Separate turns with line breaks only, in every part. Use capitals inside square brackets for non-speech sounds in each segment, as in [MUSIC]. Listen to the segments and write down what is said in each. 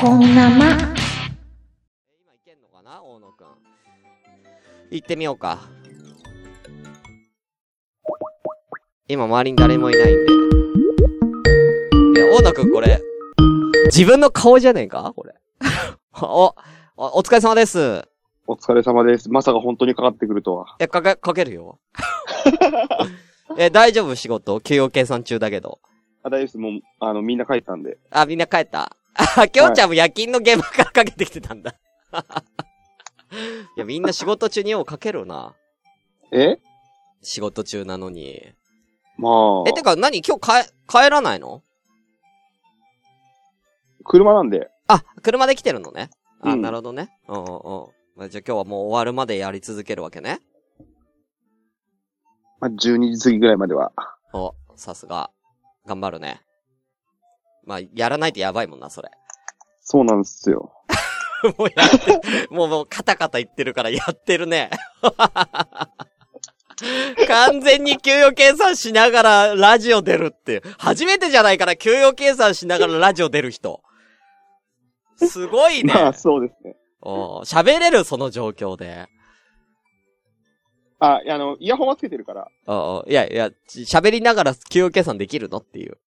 こんなま。
今いけんのかな大野くん。行ってみようか。今周りに誰もいないんで。いや、大野くんこれ、自分の顔じゃねえかこれ。 [LAUGHS] お、お、お疲れ様です。
お疲れ様です。まさか本当にかかってくるとは。
え、かけ、かけるよ。え、大丈夫仕事給与計算中だけど。
あ、大丈夫です。もう、あの、みんな書いてたんで。
あ、みんな帰った。 [LAUGHS] あ、きょんちゃんも夜勤の現場からかけてきてたんだ。 [LAUGHS] いや、みんな仕事中にようかけるな。
え
仕事中なのに。
まあ。
え、てか何今日帰、帰らないの
車なんで。
あ、車で来てるのね。あ、
うん
なるほどね。うんうんうんまあ。じゃあ今日はもう終わるまでやり続けるわけね。
まあ、12時過ぎぐらいまでは。
お、さすが。頑張るね。まあ、やらないとやばいもんな、それ。 [LAUGHS]
そうなんですよ。
もうやって、もうもうカタカタ言ってるからやってるね。 [LAUGHS] 完全に給与計算しながらラジオ出るっていう。初めてじゃないから給与計算しながらラジオ出る人。すごいね。
まあ、そうですね。
おう喋れるその状況で。
あ、いやあの、イヤホンはつけてるから。
おうおういやいや、ち喋りながら給与計算できるのっていう。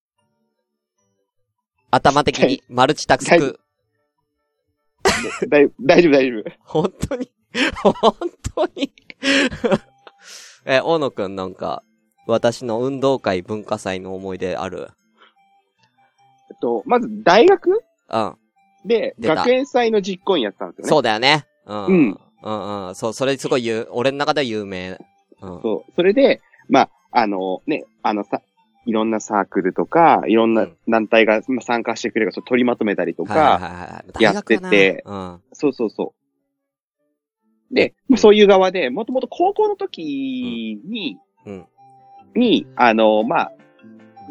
頭的に、マルチタクスク。
だい大丈夫、大丈夫。
本当に [LAUGHS] 本当に [LAUGHS] え、大野くんなんか、私の運動会文化祭の思い出ある
えっと、まず、大学
うん。
で、
出た
学園祭の実行委員やってたんですよね。
そうだよね。うん。
うん。
うんうん。そう、それすごい言う、俺の中では有名。うん。
そう。それで、まあ、あの、ね、あのさ、いろんなサークルとか、いろん
う
なん団体がまあ参加してくれるから、そう取りまとめたりと
はいはい
か、
はいはい。大
やっ
学
て
かな
て
うん。
そうそうそう。で、まあそういう側で、もともと高校の時に、
うん。
に、あの、まあ、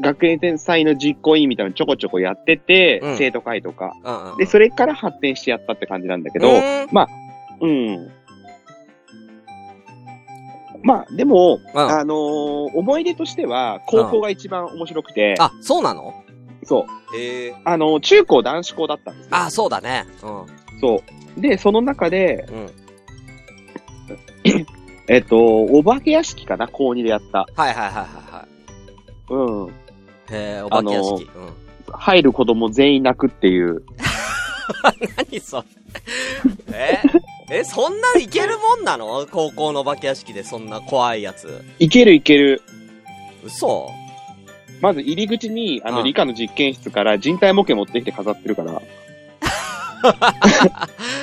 学園祭の実行委員みたいなのちょこちょこやってて、
うん
生徒会とか。
うんうん。
で、それから発展してやったって感じなんだけど、
うん
うん。まあ、でも、
うん
あのー思い出としては、高校が一番面白くて、
あ、そうなの
そう。
ええ。
あのー中高男子校だったんですね。
あ、そうだね。う
そう。で、その中で、
ん。うん。
えっと、お化け屋敷かな、高2でやった。
はいはいはいはいはい。
うん。
えー、お化け屋敷。うん。 [LAUGHS]
入る子供全員泣くっていう。
何それ。ええ、 [LAUGHS] そんなんいけるもんなの高校のお化け屋敷でそんな怖いやつ。
いけるいける。
嘘
まず入り口に、あ
う
の、
ん
理科の実験室から人体模型持ってきて飾ってるから、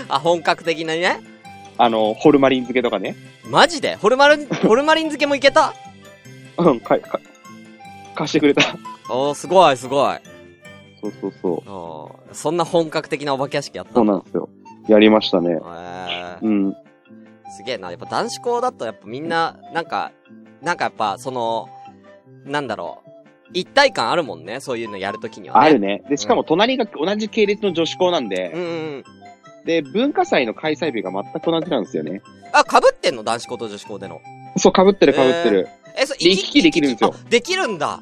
あ、本格的なね。
あの、ホルマリン漬けとかね。
マジでホルマリン、 [LAUGHS] ホルマリン漬けもいけた
うん、か、か、貸してくれた。
おー、すごい、すごい。
そうそうそう。
おーそんな本格的なお化け屋敷やった
そうなんですよ。やりましたね。
えー、
うん。
すげえな。やっぱ男子校だとやっぱみんな、なんか、なんかやっぱその、なんだろう。一体感あるもんね。そういうのやるときにはね。
あるね。で、しかも隣が同じ系列の女子校なん
う
で、
んうんうん。
で、文化祭の開催日が全く同じなんですよね。
あ、被ってんの男子校と女子校での。
そう、被ってる被ってる。
え、それ、
で行き来できるんですよ
あ。できるんだ。。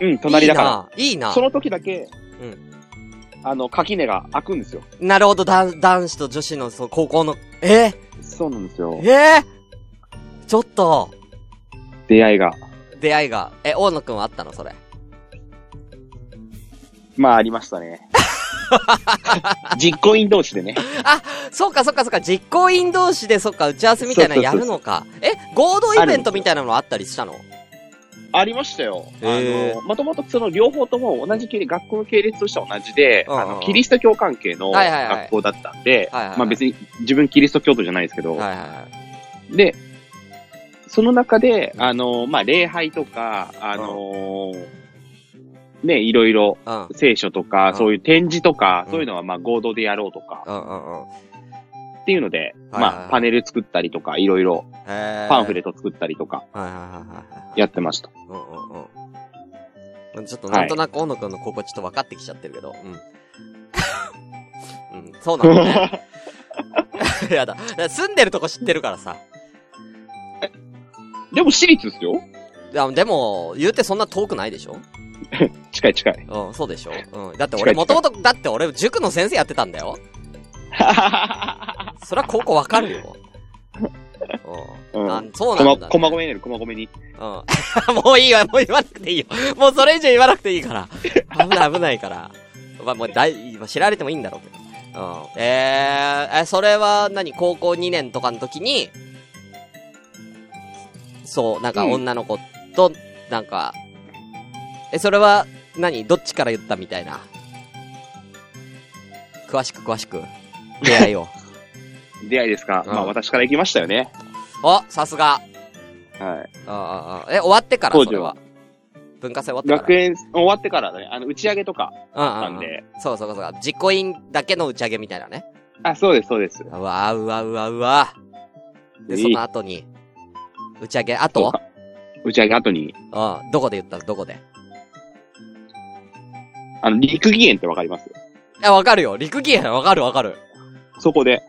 うん、隣だから
いいな。い
ら。
い
そ
な
の時だけ、
う
あの、垣根が開くんですよ。
なるほど、だん男子と女子の、そう、高校の、え
そうなんですよ
ー、。えー、ちょっと、
出会いが。
出会いが。え、大野くんはあったのそれ。
まあ、ありまし
[LAUGHS]
たね。実行委員同士でね。
そうか、そうか、そうか、実行委員同士で、そっか、打ち合わせみたいなのやるのか。え、合同イベントみたいなのあったりしたの
ありましたよ。
へー
あの、もともとその両方とも同じ系列、学校の系列としては同じで、
うんうん
あの、キリスト教関係の
はいはいはい
学校だったんで、
はいはいはい
まあ別に自分キリスト教徒じゃないですけ
は
ど、
いはいはい。
で、その中で、あの、まあ礼拝とか、あの、ね、いろいろ、
うん。
聖書と
う
か
ん、
そういう展示とか、
うん
そういうのはまあ合同でやろうとか、
うんうんうん。
っていうので、
はいはいはい
まあパネル作ったりとか、いろいろ
えー、
パンフレ
ッ
ット作ったりとか、
ト。はいはいはいはい。
やってました。
うんうんうん。ちょっとなんとなく、大野くんのここちょっと分かってきちゃってるけど、うん。 [LAUGHS] うん、そうなんだね。
[LAUGHS]
やだ。住んでるとこ知ってるからさ。
でも私立ですよ
いやでも、言うてそんな遠くないでしょ
近
[LAUGHS]
い近い。
うん、そうでしょうん。だって
近
俺、
い
もともと、だって俺、塾の先生やってたんだよ。そりゃ高校わかる
[LAUGHS]
よ。うん。
うん
あそう
こ
な
ま、
んだ、ね。
こまごめになる、こまごめに。
うん。 [LAUGHS] もういいわ、もう言わなくていいよ。もうそれ以上言わなくていいから。危ない、危ないから。まあ、もうだい、まあ知られてもいいんだろうけど。うん。えー、え、それは何、高校2年とかの時に、そう、なんか
うん
女の子と、なんか、え、それは何、どっちから言ったみたいな。詳しく詳しく。出会い
[LAUGHS]
を。
出会いですか。
うん
まあ私から行きましたよね。
お、さすが。
は
ああ、ああえ、終わってから、
当
そ
時
れ
は
は。文化祭終わって
い。
から。
学園終わってからだね、あの、打ち上げとか
うん
あ
うん
ん
うん。
で。
そうそうそう。実行委員だけの打ち上げみたいなね。
あ、そうです、そうです。
うわうわうわうわ。で、
いい
その後に、打ち上げ後
打ち上げ後に、
うん。どこで言ったのどこで。
あの、陸技園ってわかります
いや、わかるよ。陸技園わかるわかる。 [LAUGHS]
そこで。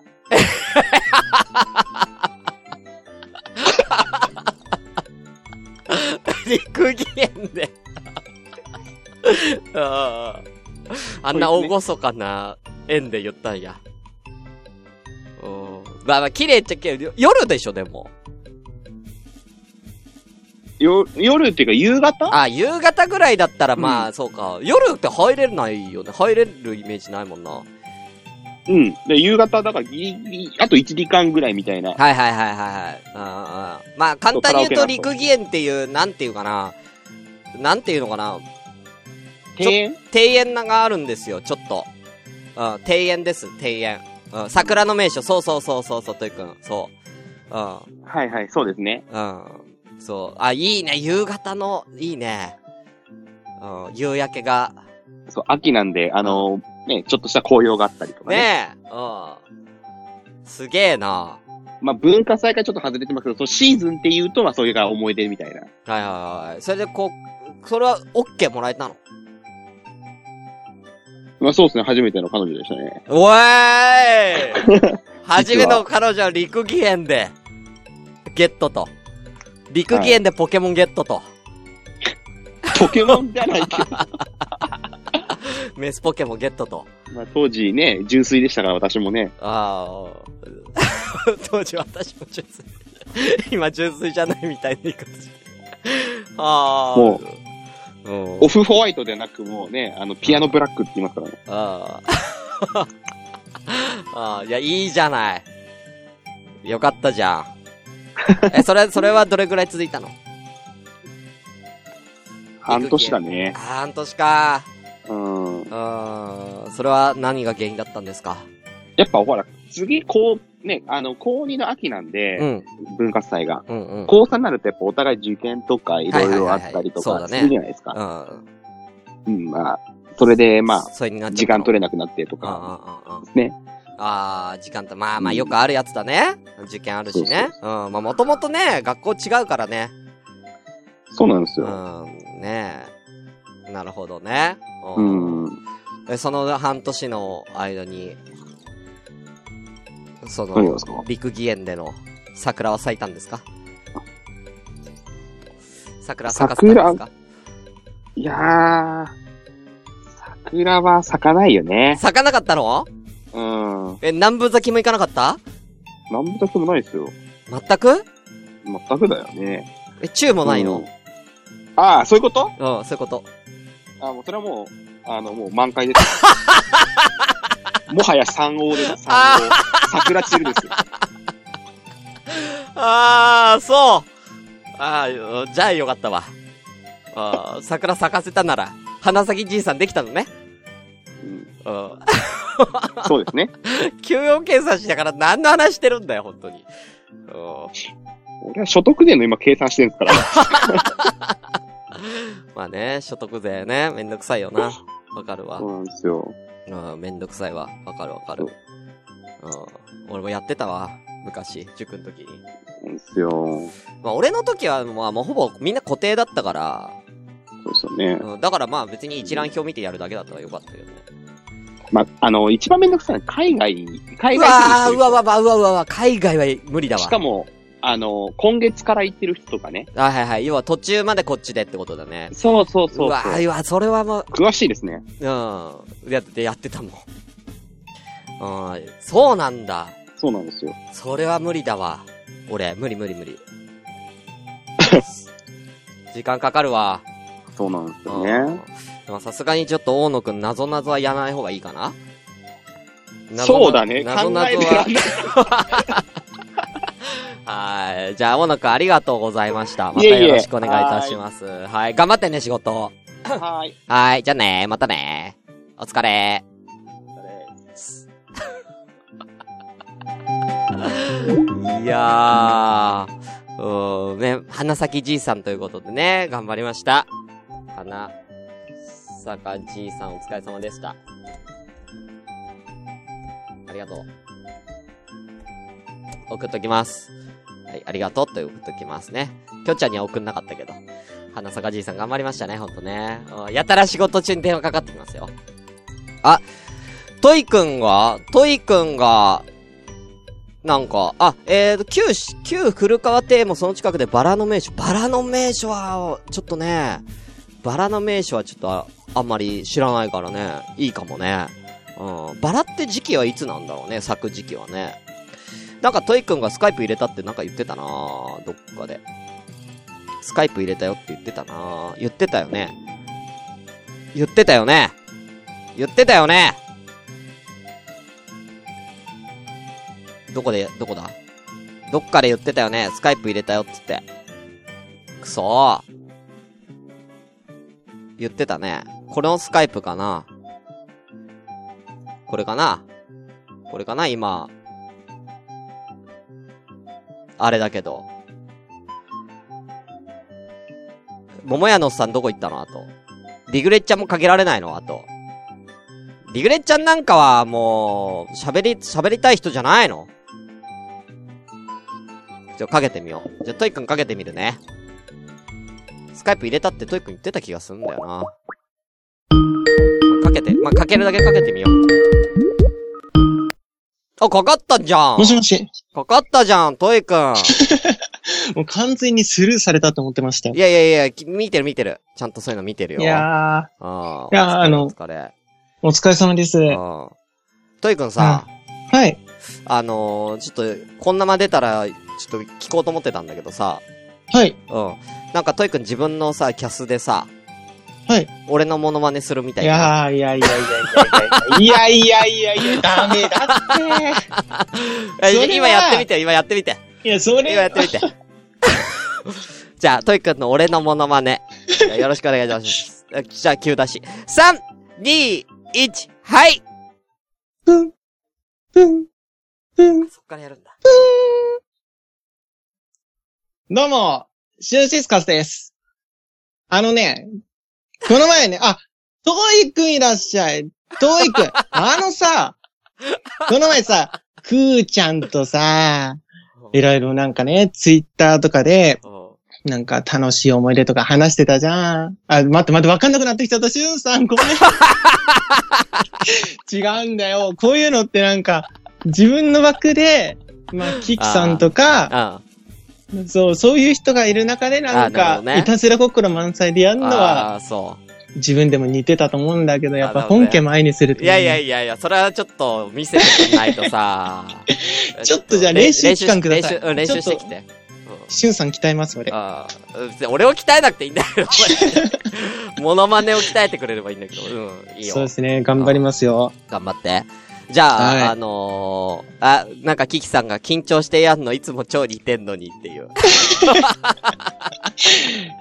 陸技園で。 [LAUGHS] あああんな
そうですね
厳かな園で言ったんや。うん。まあまあ、綺麗っちゃ綺麗。夜でしょ、でも。
よ、夜っていうか夕方
あ、夕方ぐらいだったら、まあ、そうか。夜って入れないよね。入れるイメージないもんな。は
うん。で、夕方だからギリギリ、あと1時間ぐらいみたいな。
いはいはいはいはい。ああまあ、簡単に言うと、陸義園っていう、なんていうかな。なんていうのかな。ちょ
庭園
庭園があるんですよ、ちょっと。うん、庭園です、庭園。うん、桜の名所、そうそうそうそう、そう、といくん。そう。うん。
はいはい、そうですね。
うん。そう。あ、いいね、夕方の、いいね。うん、夕焼けが。
そう、秋なんで、あのね、ちょっとした紅葉があったりとかね。
ねえ。うん。すげえな。
まあ文化祭からちょっと外れてますけど、そのシーズンって言うと、まあそういうが思い出みたいな。
はいはいはい。それでこう、それはオッケーもらえたの
まあそうですね、初めての彼女でしたね。
おーい初めての彼女は陸技園で、ゲットと。陸技園でポケモンゲットと。
ポケモンじゃないけど。
[LAUGHS] メスポケモンゲットと。
まあ当時ね、純粋でしたから私もね。
ああ。 [LAUGHS] 当時私も純粋。今純粋じゃないみたいな言い方して。ああ。
も
う。うん。
オフホワイトでなくもうね、あの、ピアノブラックって言いますからね。
ああ。 [LAUGHS] ああ、いや、いいじゃない。よかったじゃん。え、それ、それはどれぐらい続いたの
半年だね。
半年か。
うん
う。ーん。それは何が原因だったんですか
やっぱほら、次、こう、ね、あの、高2の秋なん
う
で、
ん。
文化祭が。
うんうん。
高3になるとやっぱお互い受験とかいろいろあった
はいはいはいは
りと
いそうだ
かす
ね
るじゃないですか。
うん。
うん、まあ、それで、まあ、
それになっちゃ
時間取
れ
れなくなってとか、
あ
ですね。
あー、時間と、まあまあよくあるやつだね。受験あるしね。うん。まあもともとね、学校違うからね。
そうなんです
う
よ。
ん。ねえ。なるほどね。
う
うん
ん。
え、その半年の間に、そ
何が
の
で、すか
陸義園での桜は咲いたんですか桜は咲かせたんですか
いやー、桜は咲かないよね。
咲かなかったの
うん。
え、南部咲きも行かなかった
なんも咲きもないですよ。
全く
全くだよね。
え、中もないの
うんああ、そういうこと
うん、そういうこと。
ああ、もうそれはもう、あの、もう満開です。
[LAUGHS]
もはや三王です。三王。桜散るですよ。
あー、そうあー、じゃあよかったわ。あー、桜咲かせたなら、花咲きじいさんできたのね。
うん、
うん。 [LAUGHS]
そうですね。
休養検査しながら何の話してるんだよ、本当に。うん。
俺は所得税の今計算してるんです
[LAUGHS]
から。
まあね、所得税ね、めんどくさいよな。わかるわ
そ。うなんですよ。
うん、めんどくさいわ。わかるわかる。うん。俺もやってたわ。昔、塾の時に。
そうなんですよ。
まあ俺の時は、まあもうほぼみんな固定だったから、
そうですよね。
うん、だからまあ別に一覧表見てやるだけだったらよかったよね。
まあ、あの、一番めんどくさいのは海外、海
う
外
わ
す
ーうわうわうわうわうわうわ、海外は無理だわ。
しかも、あの、今月から行ってる人とかね。
あ、はいはい。要は途中までこっちでってことだね。
そうそうそうそう
うわーうわ、それはもう、
詳しいですね。
うん。やって、やってたもん。うん、そうなんだ。
そうなんですよ。
それは無理だわ。俺、無理無理
[LAUGHS]
無理。時間かかるわ。
そうなんです
うん。
よね。
まあさすがにちょっと大野くん、謎々はやらない方がいいかな
そうだね。
謎
考
々
えて
は
らん。ない
はい。じゃあ、大野くんありがとうございました。また
いえいえ
よろしくお願いいたします。はい。頑張ってね、仕事。
はい。
はい。じゃあね、またね。お疲れいやー、うーん、ね、花咲じいさんということでね、頑張りました。花咲じいさんお疲れ様でした。ありがとう。送っときます。はい、ありがとうって送っときますね。きょっちゃんには送んなかったけど。花咲じいさん頑張りましたね、ほんとね。うんやたら仕事中に電話かかってきますよ。あ、トイくんが、トイくんが、なんか、あ、えーと、旧し、旧古川邸もその近くでバラの名所。バラの名所は、ちょっとね、バラの名所はちょっとあ、あんまり知らないからね、いいかもね。うん。バラって時期はいつなんだろうね、咲く時期はね。なんかトイくんがスカイプ入れたってなんか言ってたなどっかで。スカイプ入れたよって言ってたな言ってたよね。言ってたよね。言ってたよね。どこで、どこだどっかで言ってたよね。スカイプ入れたよっつって。くそー。言ってたね。これのスカイプかなこれかなこれかな今。あれだけど。桃屋のおっさんどこ行ったのあと。リグレッちゃんもかけられないのあと。リグレッちゃんなんかはもう、喋り、喋りたい人じゃないのじゃ、かけてみよう。じゃ、トイくんかけてみるね。スカイプ入れたってトイくん言ってた気がするんだよな。かけて、まあ、かけるだけかけてみよう。あ、かかったじゃん
もしもし、
かかったじゃん、トイくん。
もう完全にスルーされたと思ってましたよ。
いやいやいやき、見てる見てる。ちゃんとそういうの見てるよ。
いや
あ
いやーあの
お疲れ。
ー、お疲れ様です。
お
は
疲れうん。トイくんさ、
い。
あのー、ちょっと、こんなま出たら、ちょっと聞こうと思ってたんだけどさ、
はい。
うん。なんかトイくん自分のさ、キャスでさ、
はい。
俺のモノマネするみた
い
いな。
やーいやいやいやいやいやいやいやいやいやいや、ダメだっ
え
それは
今やってみて、今やってみて。
て。いや、そ
今
れ
やっ
は
てみて。 [LAUGHS] じゃあ、トイくんの俺のモノマネ。じゃあよろしくお願いします。えじゃあ、急出し。3、2、1、はい
プン、プン、プン。
そっからやるんだ。
どうも、シュンシスカスです。あのね、この前ね、あ、トイくんいらっしゃい。トイくん、あのさ、この前さ、クーちゃんとさ、いろいろなんかね、ツイッターとかで、
うん
なんか楽しい思い出とか話してたじゃん。あ、待って待って、わかんなくなってきちゃった、しゅんさん、ごめん。違うんだよ。こういうのってなんか、自分の枠で、まあ、キキさんとか、
あ
そう、そういう人がいる中でな
あ
ん
なるほ
か、
どね
いたずら心満載でやるのは、
あー、そ
自分でも似てたと思うんだけど、やっ
あな
ぱ
るほどね
本家前にすると
う。
ね
いやいやいやいや、それはちょっと見せてくんないとさ。
[LAUGHS] ちょっとじゃあ練習期間ください
練習うん練習し
ちょ
て
っと
きて。
しゅんさん鍛えます、俺。
ああー、別に俺を鍛えなくていいんだよ。モノマネを鍛えてくれればいいんだけど。うん、いいよ
そう。ですね、頑張りますよ。
頑張って。じゃあ、
はい
あのー、あ、なんかキキさんが緊張してやんのいつも超似てんのにっていう。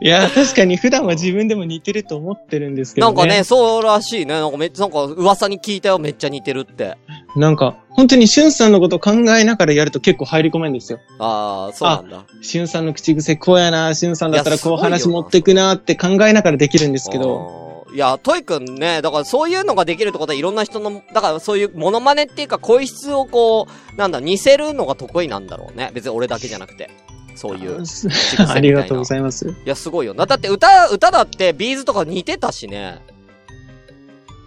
いや、確かに普段は自分でも似てると思ってるんですけど
な
ね。
んかね、そうらしいね。なんかめっちゃ、なんか噂に聞いたよ。めっちゃ似てるって。
なんか、本当にしゅんさんのことを考えながらやると結構入り込めんですよ。
ああ、そうなんだ。
しゅんさんの口癖こうやな、しゅんさんだった
いや
ら
すごい
こう
よ
話持ってくなって考えながらできるんですけど、
あー。いや、トイくんね、だからそういうのができるってことはいろんな人の、だからそういうモノマネっていうか、声質をこう、なんだ、似せるのが得意なんだろうね。別に俺だけじゃなくて。そういう。
ありがとうご
い
ざいます。
ます。いや、すごいよな。だって歌、歌だってビーズとか似てたしね。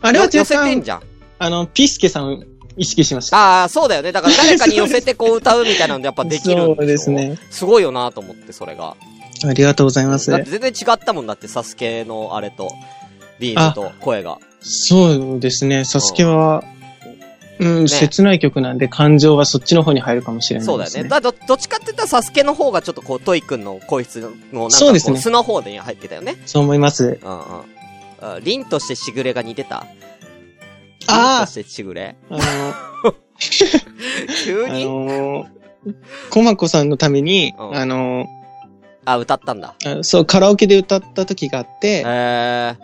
あ
あ
れは
寄
若
せてん
干、
じゃん。
あの、ピスケさん意識しました。
ああ、そうだよね。だから誰かに寄せてこう歌うみたいなのやっぱできるん
そ
しょ
うです。ね。
すごいよなと思って、それが。
ありがとうございます
だっ。て全然違ったもんだって、サスケのあれと、ビームと声が。
そうですね。サスケは、うん、
ね
切ない曲なんで感情がそっちの方に入るかもしれな
そう
い
だ
で
よ
すね。
ね。だど、どっちかって言ったらサスケの方がちょっとこう、トイくんの声質のなんか
そ
こ
う
う、
ですね
素の方で入ってたよね。
そう思います。
うんうん。あ凛としてしぐれが似てた。凛
あ
としてしぐれ。
ああ
急
の、あ
に [LAUGHS]
のー、コマコさんのために、
うん
あの
あ、歌ったんだ。
ー、あそう、カラオケで歌った時があって、
え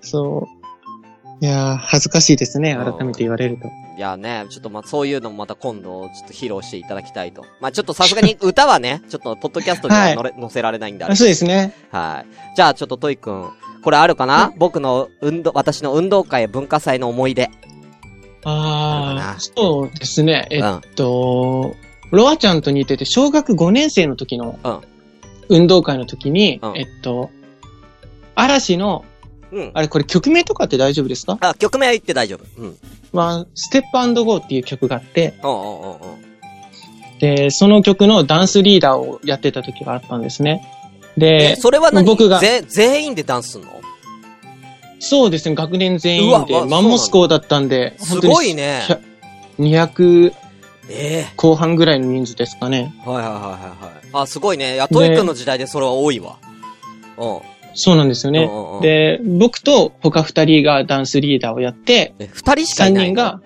そう。いやー、恥ずかしいですね。
う
改
ん
めて言われると。
ー、いやね、ちょっとま、そういうのもまた今度、ちょっと披露していただきたいと。まあ、ちょっとさすが
[LAUGHS]
に歌はね、ちょっと、ポッドキャストには載れ載せられないんだ。
あそうですね。
はい。じゃあ、ちょっとトイくん、これあるかな僕の運動、私の運動会文化祭の思い出。なるか
あ
な
あ、そうですね。え
う
っ
ん。
えっと、ロアちゃんと似てて、小学5年生の時の、
うん
運動会の時に、
うん
えっと、嵐の、
うん。
あれこれ曲名とかって大丈夫ですか
あ、曲名は言って大丈夫。うん。
まあ、ステップゴーっていう曲があって、
おうんうんうんうん。
で、その曲のダンスリーダーをやってた時があったんですね。
え、
で、
それは何
僕が
ぜ全員でダンスすんの
そうですね、学年全
うわ
員で、
わ
マンモス校だったんで、
すごいね。
本当に100 200
え
後半ぐらいの人数ですかね
え。はいはいはいはいはい。あ、すごいね。いや、トイくんの時代でそれは多いわ。うん。
そうなんですよ
う
ね。
んうんうん、
で、僕と他2人がダンスリーダーをやって、
え、二人しか
3
いない
人
の
が、、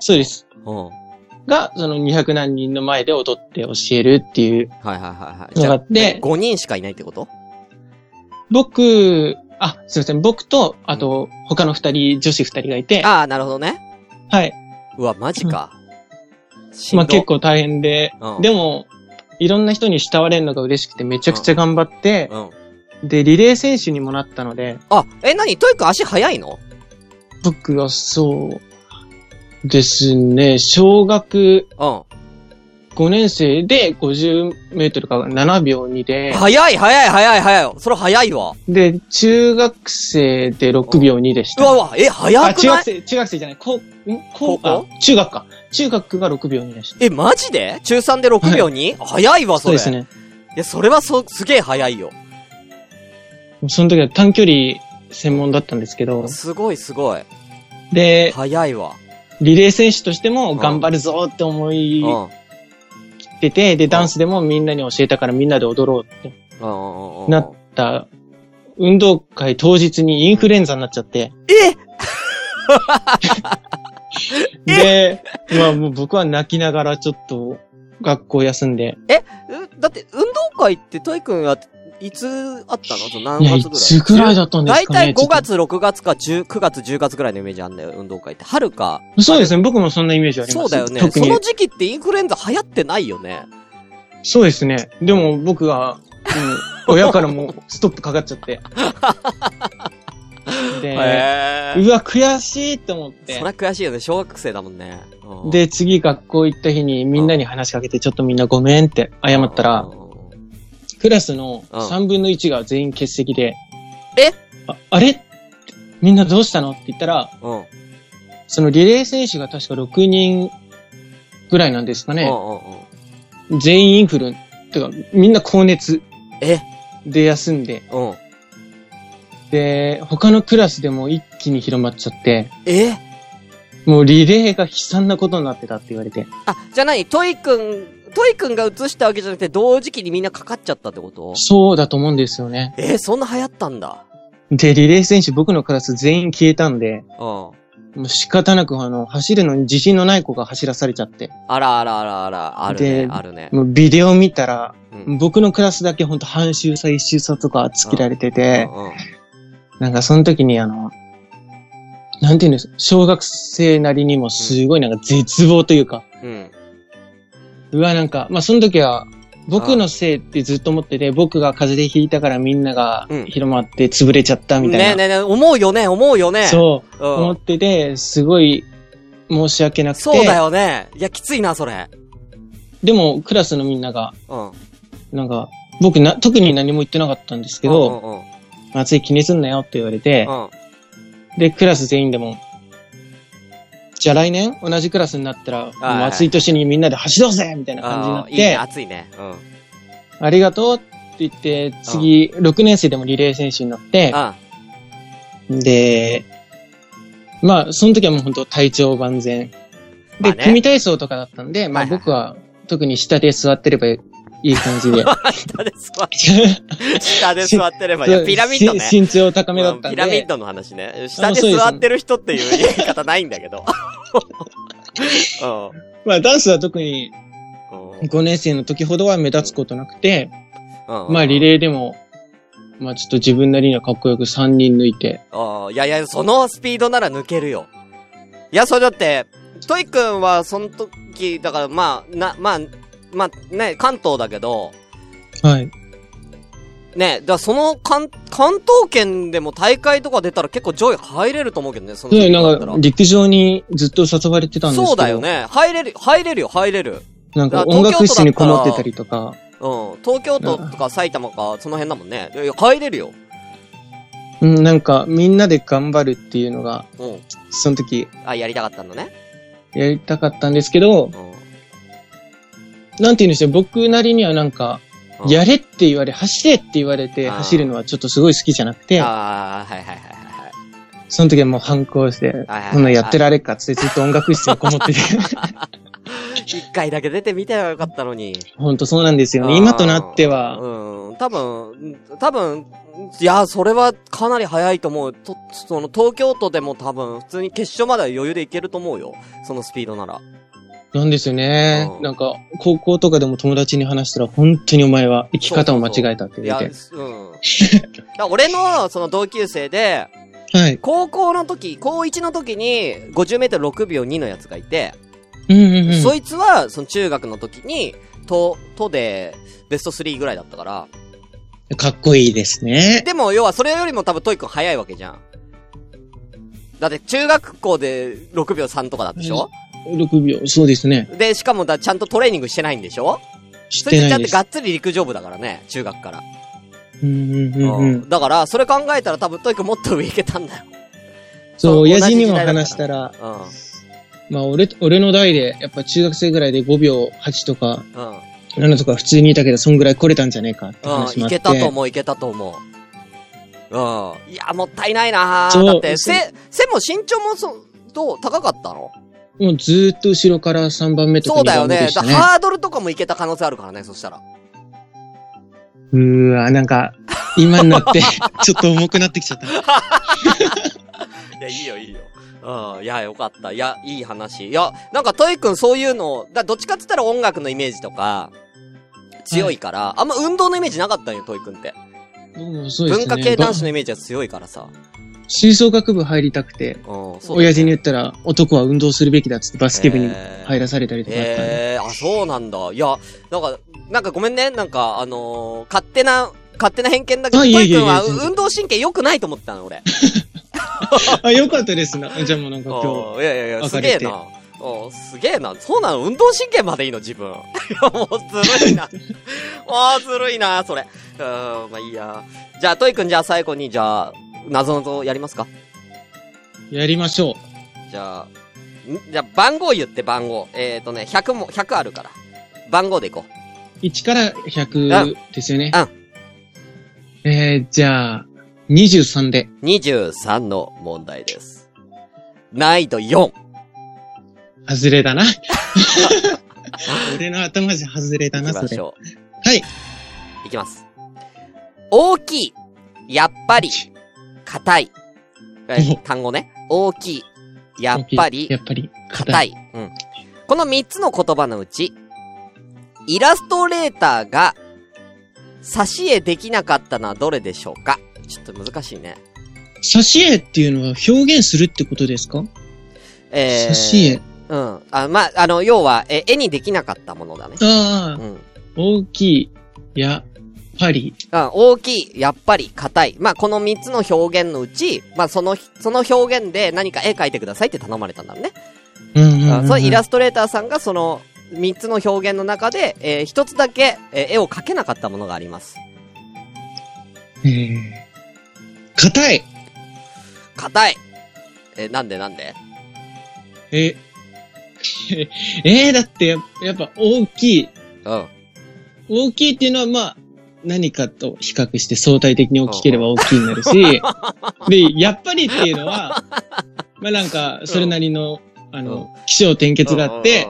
そうです。
うん。はい
が、その200何人の前で踊って教えるっていう
はいはいはい。
の
じ
が
ゃあ、
あって、
5人しかいないってこと
僕、あ、すいません、僕と、あと、他の二人、女子二人がいて、
ああ、なるほどね。
はい。
うわ、マジか。しんど
まあ結構大変で、
うん
でも、いろんな人に慕われるのが嬉しくてめちゃくちゃ頑張って、
うん。
で、リレー選手にもなったので、
あ、え、なにトイくん足速いの
僕はそうですね、小学
う
5年生で50メートルか7秒2で
ん。、速い速い速い速い。それ速いわ。
で、中学生で6秒2でし
う
た。
わうわ、え、速
あ、
く
中
な
学
い
生、中学生じゃない。高、ん
高
高
校
あ中学か。中学が6秒にでした。
え、マジで中3で6秒に、速いわ、そ
そう
れ。
ですね。
いや、それはそ、すげえ速いよ。
その時は短距離専門だったんですけど、
すごいすごい。
で、
速いわ。
リレー選手としても
うん
頑張るぞって思
う
い
ん。うん
出て、で、
ん
ダンスでもみんなに教えたからみんなで踊ろうって
うんうんうん。
なだ運動会当日にインフルエンザになっちゃって、
え
で、まあもう僕は泣きながらちょっと学校休んで、
うだって、運動会って、トイくんは、いつあったのその何
いや、い
月ぐらい
つぐらいだったんです
大
かね。
体5月、6月か10、9月、10月ぐらいのイメージあんだよ、運動会って。春か。
ちょっとそうですね、僕もそんなイメージありま
そ
す。
うだよね。
特
そ
に
の時期ってインフルエンザ流行ってないよね。
そうですね。でも僕が、うん、親からもストップかかっち
[LAUGHS]
ゃって。で、
へ
うわ、悔しいと思っ
そ
て
りゃ。悔しいよね。小学生だもんね。うん、
で、次学校行った日にみんなに話しかけて、ちょっとみんなごめんって謝ったら
う、ん
クラスの
うん
3分の1が全員欠席で、
え
ああれみんなどうしたのって言ったら、
うん。うん。
そのリレー選手が確か6人ぐらいなんですか
うん
ね。
うんうん。
全員インフル、てかみんな高熱
え
で休んで、
うん。
で、他のクラスでも一気に広まっちゃって、
え
もうリレーが悲惨なことになってたって言われて。
あ、じゃあ何トイくん、トイくんが移したわけじゃなくて、同時期にみんなかかっちゃったってこと
そうだと思うんですよね。
えそんな流行ったんだ。
で、リレー選手僕のクラス全員消えたんで、
うん。
もう仕方なくあの、走るのに自信のない子が走らされちゃって。
あらあらあらあら、あるね
で、
あるね。
もうビデオ見たら、
うん。
僕のクラスだけほんと半周差一周差とかつけられてて、
うんうん
なんかその時にあの、なんていうんです小学生なりにもすごいなんか絶望というか、
うん。
うわ、なんか、まあ、その時は、僕のせいってずっと思ってて、僕が風邪ひいたからみんなが
うん
広まって潰れちゃったみたいな。
ねえねえねえ、思うよね、思うよね。
そうう、思
ん
っ。てて、すごい申し訳なくて。
そうだよね。いや、きついな、それ。
でも、クラスのみんなが、
うん。
なんか、僕な、特に何も言ってなかったんですけど、
うんうん
松井気にすんなよって言われて
う、ん。うん。
で、クラス全員でも、じゃあ来年同じクラスになったら、
はい
もう暑い年にみんなで走ろうぜみたいな感じになっ
うんいいね、
て、
暑いね。うん。うん。
ありがとうって言って、次、6年生でもリレー選手になって、
あ
で、まあ、その時はもう本当体調万全。
まあ
で、
ね
組体操とかだったんで、まあ
はいはい
僕は特に下で座ってればいい感
[LAUGHS]
じで。
下で座って、下で座ってればいいい
[LAUGHS]
や。ピラミッドね。
し身長高めだったんで。
ピラミッドの話ね。下で座ってる人っていう言い方ないんだけど。うん
まあダンスは特に
うん
5年生の時ほどは目立つことなくて、
うん
まあリ
ー。
レーでも、まあちょっと自分なりにはかっこよく3人抜いて。
ああいやいや、そのスピードなら抜けるよ。いや、それだって、トイ君はその時、だからまあ、な、まあ、まあね、関東だけど、
はい。
ね、だからその関、関東圏でも大会とか出たら結構上位入れると思うけどね、その
で、
時
な
だっ
ん
た。
から陸上にずっと誘われてたんですけど。
そうだよ。ね。入れる、入れるよ、入れる。
なんか
だから
音楽室にこもってたりとか。
うん。東京都とか埼玉か、その辺だもんね。いやいや、入れるよ。
うん、なんかみんなで頑張るっていうのが、
うん。
その時
あ、やりたかったんだね。
やりたかったんですけど、
うん。
なんて言うんでしょう、僕なりにはなんか、
うん
やれって言われ、走れって言われて
あー
走るのはちょっとすごい好きじゃなくて、
ああ、はいはいはいはいはい。
その時はもう反抗して、
はいはい
こんなんやってられっかっつってずっと音楽室にこも
[LAUGHS]
ってて、
一回だけ出てみてばよかったのに。
ほんとそうなんですよね。今となっては、
うん。多分、多分、いや、それはかなり早いと思う。と、その、東京都でも多分、普通に決勝までは余裕でいけると思うよ。そのスピードなら。
なんですよね
う。ん
なんか、高校とかでも友達に話したら、本当にお前は生き方を間違えたって
い
言
や、
っ
うん。
て
だ。から俺の、その同級生で、
はい。
高校の時、高1の時に、50メートル6秒2のやつがいて、
うんうんうん。
そいつは、その中学の時に、都、都で、ベスト3ぐらいだったから。
かっこいいですね。
でも、要は、それよりも多分、トイ君早いわけじゃん。だって、中学校で6秒3とかだったでしょ、
6秒、そうですね。
で、しかもだ、ちゃんとトレーニングしてないんでしょ
知
そ
っ
れ
て
でち
な
ゃ
い
ん
で
と
す
が。っつり陸上部だからね、中学から。
うんうんうんう。
うんんだから、それ考えたら多分、トイ君もっと上行けたんだよ。
そう、
そう
親父
同じ
にも
時代だから
話したら、
うん。うん。
まあ俺、俺の代で、やっぱ中学生ぐらいで5秒8とか
うん。
7とか普通にいたけど、そんぐらい来れたんじゃねえかって話
う
も
ん、
あ
い
って。
けたと思う、いけたと思う。うん。いや、もったいないな
そう
だって、
そう
背、背も身長もそう、どう高かったの
もうずーっと後ろから3番目とか
そう
2
だよ
番目
ね
で。し
だ
た
か
ね。
らハードルとかもいけた可能性あるからね、そしたら。
うーわ、な
[LAUGHS]
んか、今になって、ちょっと重くなってきちゃった。
いや、いいよ、いいよ。うん。いや、よかった。いや、いい話。いや、なんか、トイ君そういうの、だどっちかって言ったら音楽のイメージとか、強いから、あんま運動のイメージなかったんよ、トイ君って。
僕もそうです
文
ね。
化系男子
が
のイメージは強いからさ。
吹奏楽部入りたくて、
うん、そう。
親父に言ったら、男は運動するべきだっつってバスケ部に
えー
入らされたりとかあったんで。
ええー、あ、そうなんだ。いや、なんか、なんかごめんね。なんか、あのー、勝手な、勝手な偏見だけど、
あいえい
ト
え
イ
いえ
君は
全然
運動神経良くないと思ってたの、俺。
あ、よかったですな。じゃあもうなんか今
うんいやいやいや、
分
す
か
げ
れ
え
て
な。うんすげえな。そうなの運動神経までいいの自分。い [LAUGHS] や、もうずる
[LAUGHS]
いな。ああ、ずるいな、それ。うん、まあいいや。じゃあ、トイ君、じゃあ最後に、じゃあ、謎々やりますか
日、やりましょう。
じゃあ、んじゃあ番号言って番号。えっ、ー、とね、100も、100あるから。番号でいこう。
1から100ですよね。
うん
えー、じゃあ、23で。
23の問題です。難易度4。
外れ
[LAUGHS]
だな。俺の頭じゃ外れだ
い
な、
きま
それ。
し
は
ょう。
い。
いきます。大きい。やっぱり。硬い。え
お
単語ね。大きい。やっぱり
や。っぱり、
硬
い。
い。うん。この3つの言葉のうち、イラストレーターが、挿絵できなかったのはどれでしょうかちょっと難しいね。
挿絵っていうのは表現するってことですか、
え
挿絵。
うん。あ、まあ、あの、要は、え、絵にできなかったものだね。
ああ、
うん。
大きい、やっぱり。
うん、大きい、やっぱり、硬い。まあ、この3つの表現のうち、まあ、その、その表現で何か絵描いてくださいって頼まれたんだろうね。
うんうんうん、
あそのイラストレーターさんがその3つの表現の中で、えー、1つだけ、えー絵を描けなかったものがあります。
えー硬い。
硬い。えーなんでなんで
え、 [LAUGHS] えー、だってや、やっぱ大きい。
うん。
大きいっていうのは、まあ、何かと比較して相対的に大きければ大きいにな [LAUGHS] るし、で、やっぱりっていうのは、まあなんか、それなりの、あの、気象転結があって、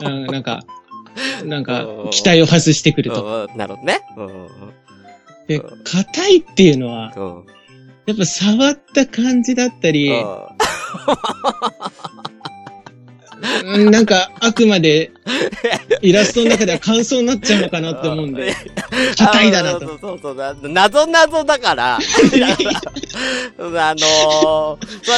うんなん [LAUGHS] か、なんか
うん、
期待を外してく
う
ると。
ん、うんなるほどね。うんうん
で、硬いっていうのは、
うん。うん。
やっぱ触った感じだったり、
う
うんなんか、あくまで、イラストの中では感想になっちゃうのかなって思うんで、硬いだな
あそ
と。
うそうそう。な謎謎だから。あのー、 [LAUGHS] まあ、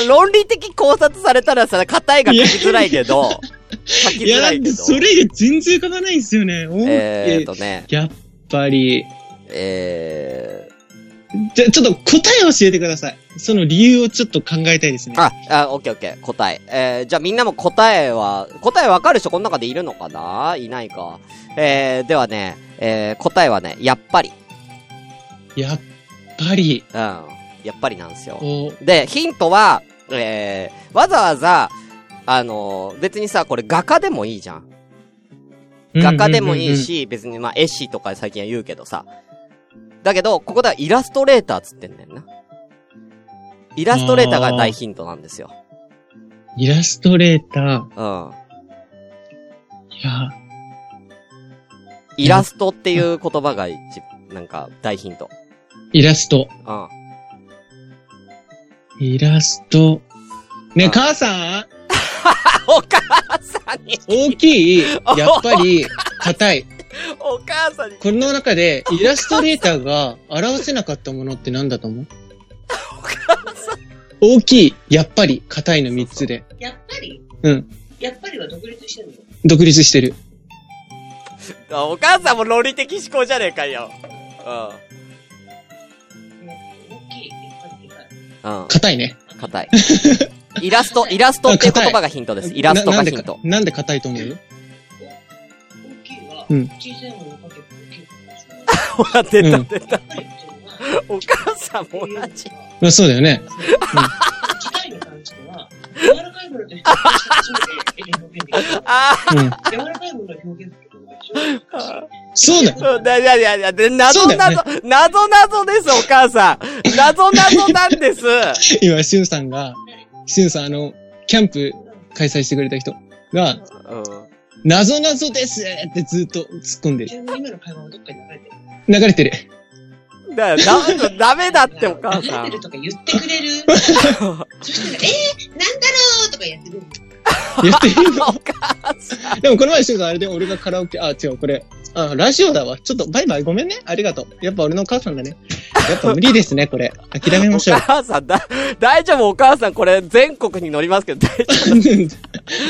論理的考察されたらさ、硬いが書きづらいけど、書き
いや、
づ
だ
ら
っ
いけど。
てそれ以外全然書かないんですよね。思っ
えー
て
とね、
やっぱり、
え
じゃ、ちょっと答えを教えてください。その理由をちょっと考えたいですね
ー、。あ、あ、オッケーオッケー、答え。えー、じゃあみんなも答えは、答えわかる人この中でいるのかないないか。えー、ではね、えー、答えはね、やっぱり。
やっぱり、
うん。やっぱりなんですよ。
こう、
で、ヒントは、えー、わざわざ、あのー別にさ、これ画家でもいいじゃん。画家でもいいし、別にまあ、絵師とか最近は言うけどさ。だけど、ここではイラストレーターっつってんだよな。イラストレーターが大ヒントなんですよ。
うんうんうん。イラストレータ
うん。
ー、いや、
イラストっていう言葉が一、なんか、大ヒント。
イラスト、
うん。
イラスト。
う
ねえ、
ん
母さん
お母さんに、
大
[LAUGHS]
きい、やっぱり、硬い。
お母さんに、
この中で、イラストレーターが表せなかったものって何だと思う大きい、やっぱり、硬いの3つで。
やっぱり
うん。
やっぱりは独立してるの
独立してる。
あお母さんも論理的思考じゃねえかよ。
大きい。やっぱり
うん。うん。
硬いね。
硬い。イラスト、イラストっていう言葉がヒントです。イラスト
な
が
なんで
ヒ
か
ント。
なんで硬いと思う
大きいは、
うん
小さいものをかけて大きいものを作る。
わ、出た出た。
やっぱりっていうのは、
お母さんも
こういうの
[LAUGHS]
同
は
じ。
まあそうだ
[LAUGHS]
よね。
機械に関しては、柔らかいものと一つ初めて表現できる。
あ
うん。
柔らかいものを表現することが非常に難しい。
そうだよ。
あ、だいやいやいや、で、謎
そうだ
謎
よ、
謎謎です、お母さん。謎謎なんです。
今、しゅんさんが、しゅんさん、あの、キャンプ開催してくれた人が、
う
謎謎ですってずっと突っ込んでる。
ちなみに今の会話はどっかに流れてる。
流れ
[LAUGHS]
てる。
ん。だから、なダメだって、お母
流
さ
れ
ん
て。るとか言ってく
[LAUGHS]
れる。そしたら、えー、なんだろうとかやってくる。
言ってる
お
の
母さ
でもこの前、しゅんさん、あれで俺がカラオケ、あ、違う、これ、あ、ラジオだわ。ちょっと、バイバイ、ごめんね。ありがとう。やっぱ俺のお母さんだね。
[LAUGHS]
やっぱ無理ですね、これ。諦め
ん。お
ましょう。
母さん、だ、大丈夫、お母さん、これ、全国に乗りますけど、大丈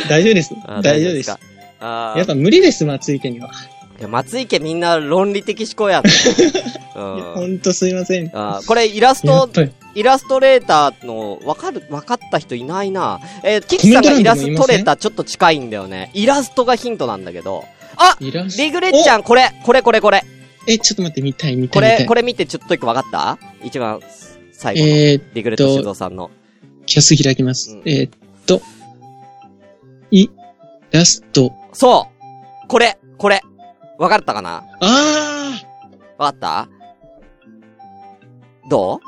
大丈夫です
夫。。
大丈夫です
か。。あー
やっぱ無理です、松井家には。
いや、松井家みんな論理的思考
[LAUGHS]
やって。
いや
う
ほ
ん。
んとすいません。
あーこれイラス
や
ト
っ、ぱり、
イラストレーターの、わかる、わかった人いないな。えー、キキさんがイラストレーターちょっと近いんだよね。イラストがヒントなんだけど。あ
イラス
リグレッチャン、これ、これこれこれ。
ト。え、ちょっと待って、見たい、見た
こ
い。見た
れ、
い
これ見てちょっと一個わかった一番最後の。
えー、
リグレット修造さんの。
キャス開きます。
うん
えーっと、い、ラスト。
そうこれ、これ。わかったかな
あ
わかったどう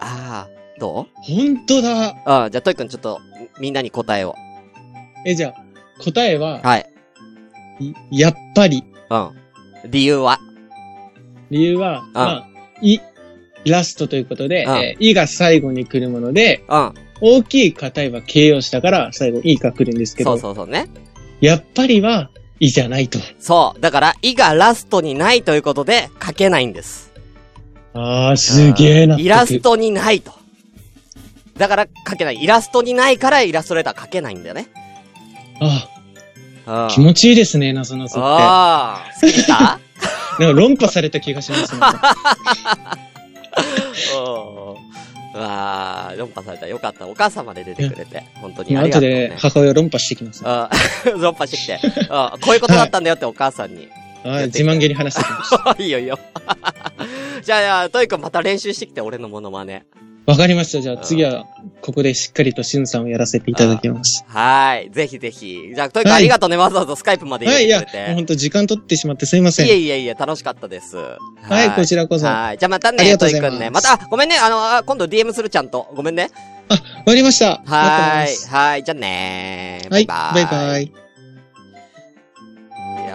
あー、どう
ー、ほんとだ。
うん、じゃあ、トイくんちょっと、みんなに答えを。
え、じゃあ、答えは、
はい。
いやっぱり。
うん。理由は
理由は、まあ、い、ラストということで、
うん
えーいが最後に来るもので、
うん。
大きい硬いは形容詞だから、最後いが来るんですけ
そ
ど、
うそうそうね。
やっぱりは、いじゃないと。
そう。だから、いがラストにないということで、書けないんです。
あー、すげえな。
イラス。トにないと。だから、書けない。イラストにないから、イラストレーター書けないんだよね。う
あ
ん。
ー気持ちいいですね、なぞなぞっ
ああ、好きだ
て。なんか論破された気がし
[LAUGHS]
ますね。
うん。わあ、論破された。よかった。お母様で出てくれて。本当にありが
後
とう、
で
ね。
母親論破してきます。
あー [LAUGHS] 論破してきて。あーこういうことだったんだよってお母さんに。
あー自慢げに話してきまし
[LAUGHS]
た。
いいよいいよ。じゃあ、トイくんまた練習してきて、俺のモノマネ。
わかりました。じゃあ次は、ここでしっかりとしゅんさんをやらせていただきます。
はーい。ぜひぜひ。じゃあ、とにかく
は
あ
い
りがとうね、わざわざスカイプまで
はい、い
入れ
や
てくれ、
もう
て。
ほんと時間取ってしまってすいません。
いえいえいえ、楽しかったです。は
はい、こちらこそ。わ
はい。じゃあまた
あり
ね、
がと
と
う
い
ございま
く
す
んね。また、あごめんね、あの、あ今度 DM するちゃんと。ごめんね。
かりました。
は
待
ー
って
い。はーい。じゃあねー。
ますはい、
バ
バ
イ
イ
バイ。
バイ。
いや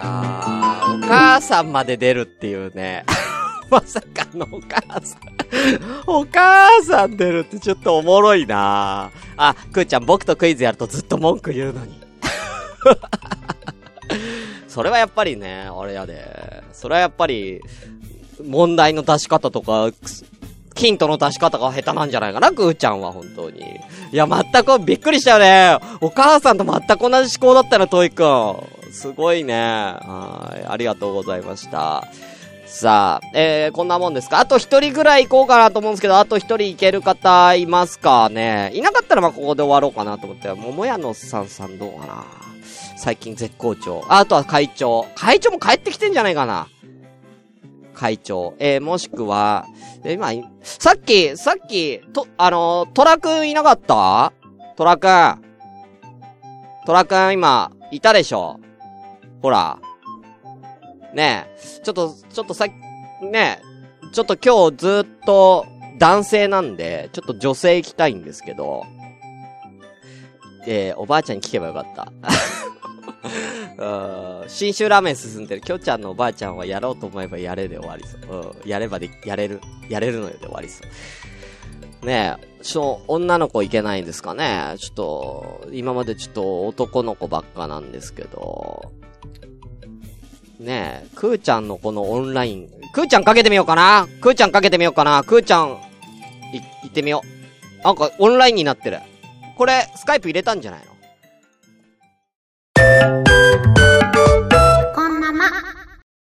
ー、お母さんまで出るっていうね。 [LAUGHS] まさかのお母さん。お母さん出るってちょっとおもろいなーあ、くーちゃん僕とクイズやるとずっと文句言うのに。 [LAUGHS] それはやっぱりね、あれやで。それはやっぱり、問題の出し方とか、くすヒントの出し方が下手なんじゃないかな、くーちゃんは本当に。いや、全くびっくりしたよね。お母さんと全く同じ思考だったな、トイくん。すごいね。はい。ありがとうございました。さあ、えー、こんなもんですかあと一人ぐらい行こうかなと思うんですけど、あと一人行ける方いますかねいなかったらまあここで終わろうかなと思って、桃屋のさんさんどうかな最近絶好調。ああとは会長。会長も帰ってきてんじゃないかな会長。えー、もしくは、えー、今、いさっき、さっき、と、あのー、トラくんいなかったトラくん。トラくん今、いたでしょほら。ねえ、ちょっと、ちょっとさっき、ねえ、ちょっと今日ずっと男性なんで、ちょっと女性行きたいんですけど、えー、おばあちゃんに聞けばよかった。うーん新州ラーメン進んでる。きょうちゃんのおばあちゃんはやろうと思えばやれで終わりそう。うん、やればで、やれる、やれるのよで終わりそう。ねえ、ちょ、女の子いけないんですかねちょっと、今までちょっと男の子ばっかなんですけど。ねえ、くーちゃんのこのオンライン、くーちゃんかけてみようかなくーちゃんかけてみようかなくーちゃん、い、行ってみよう。なんか、オンラインになってる。これ、スカイプ入れたんじゃないの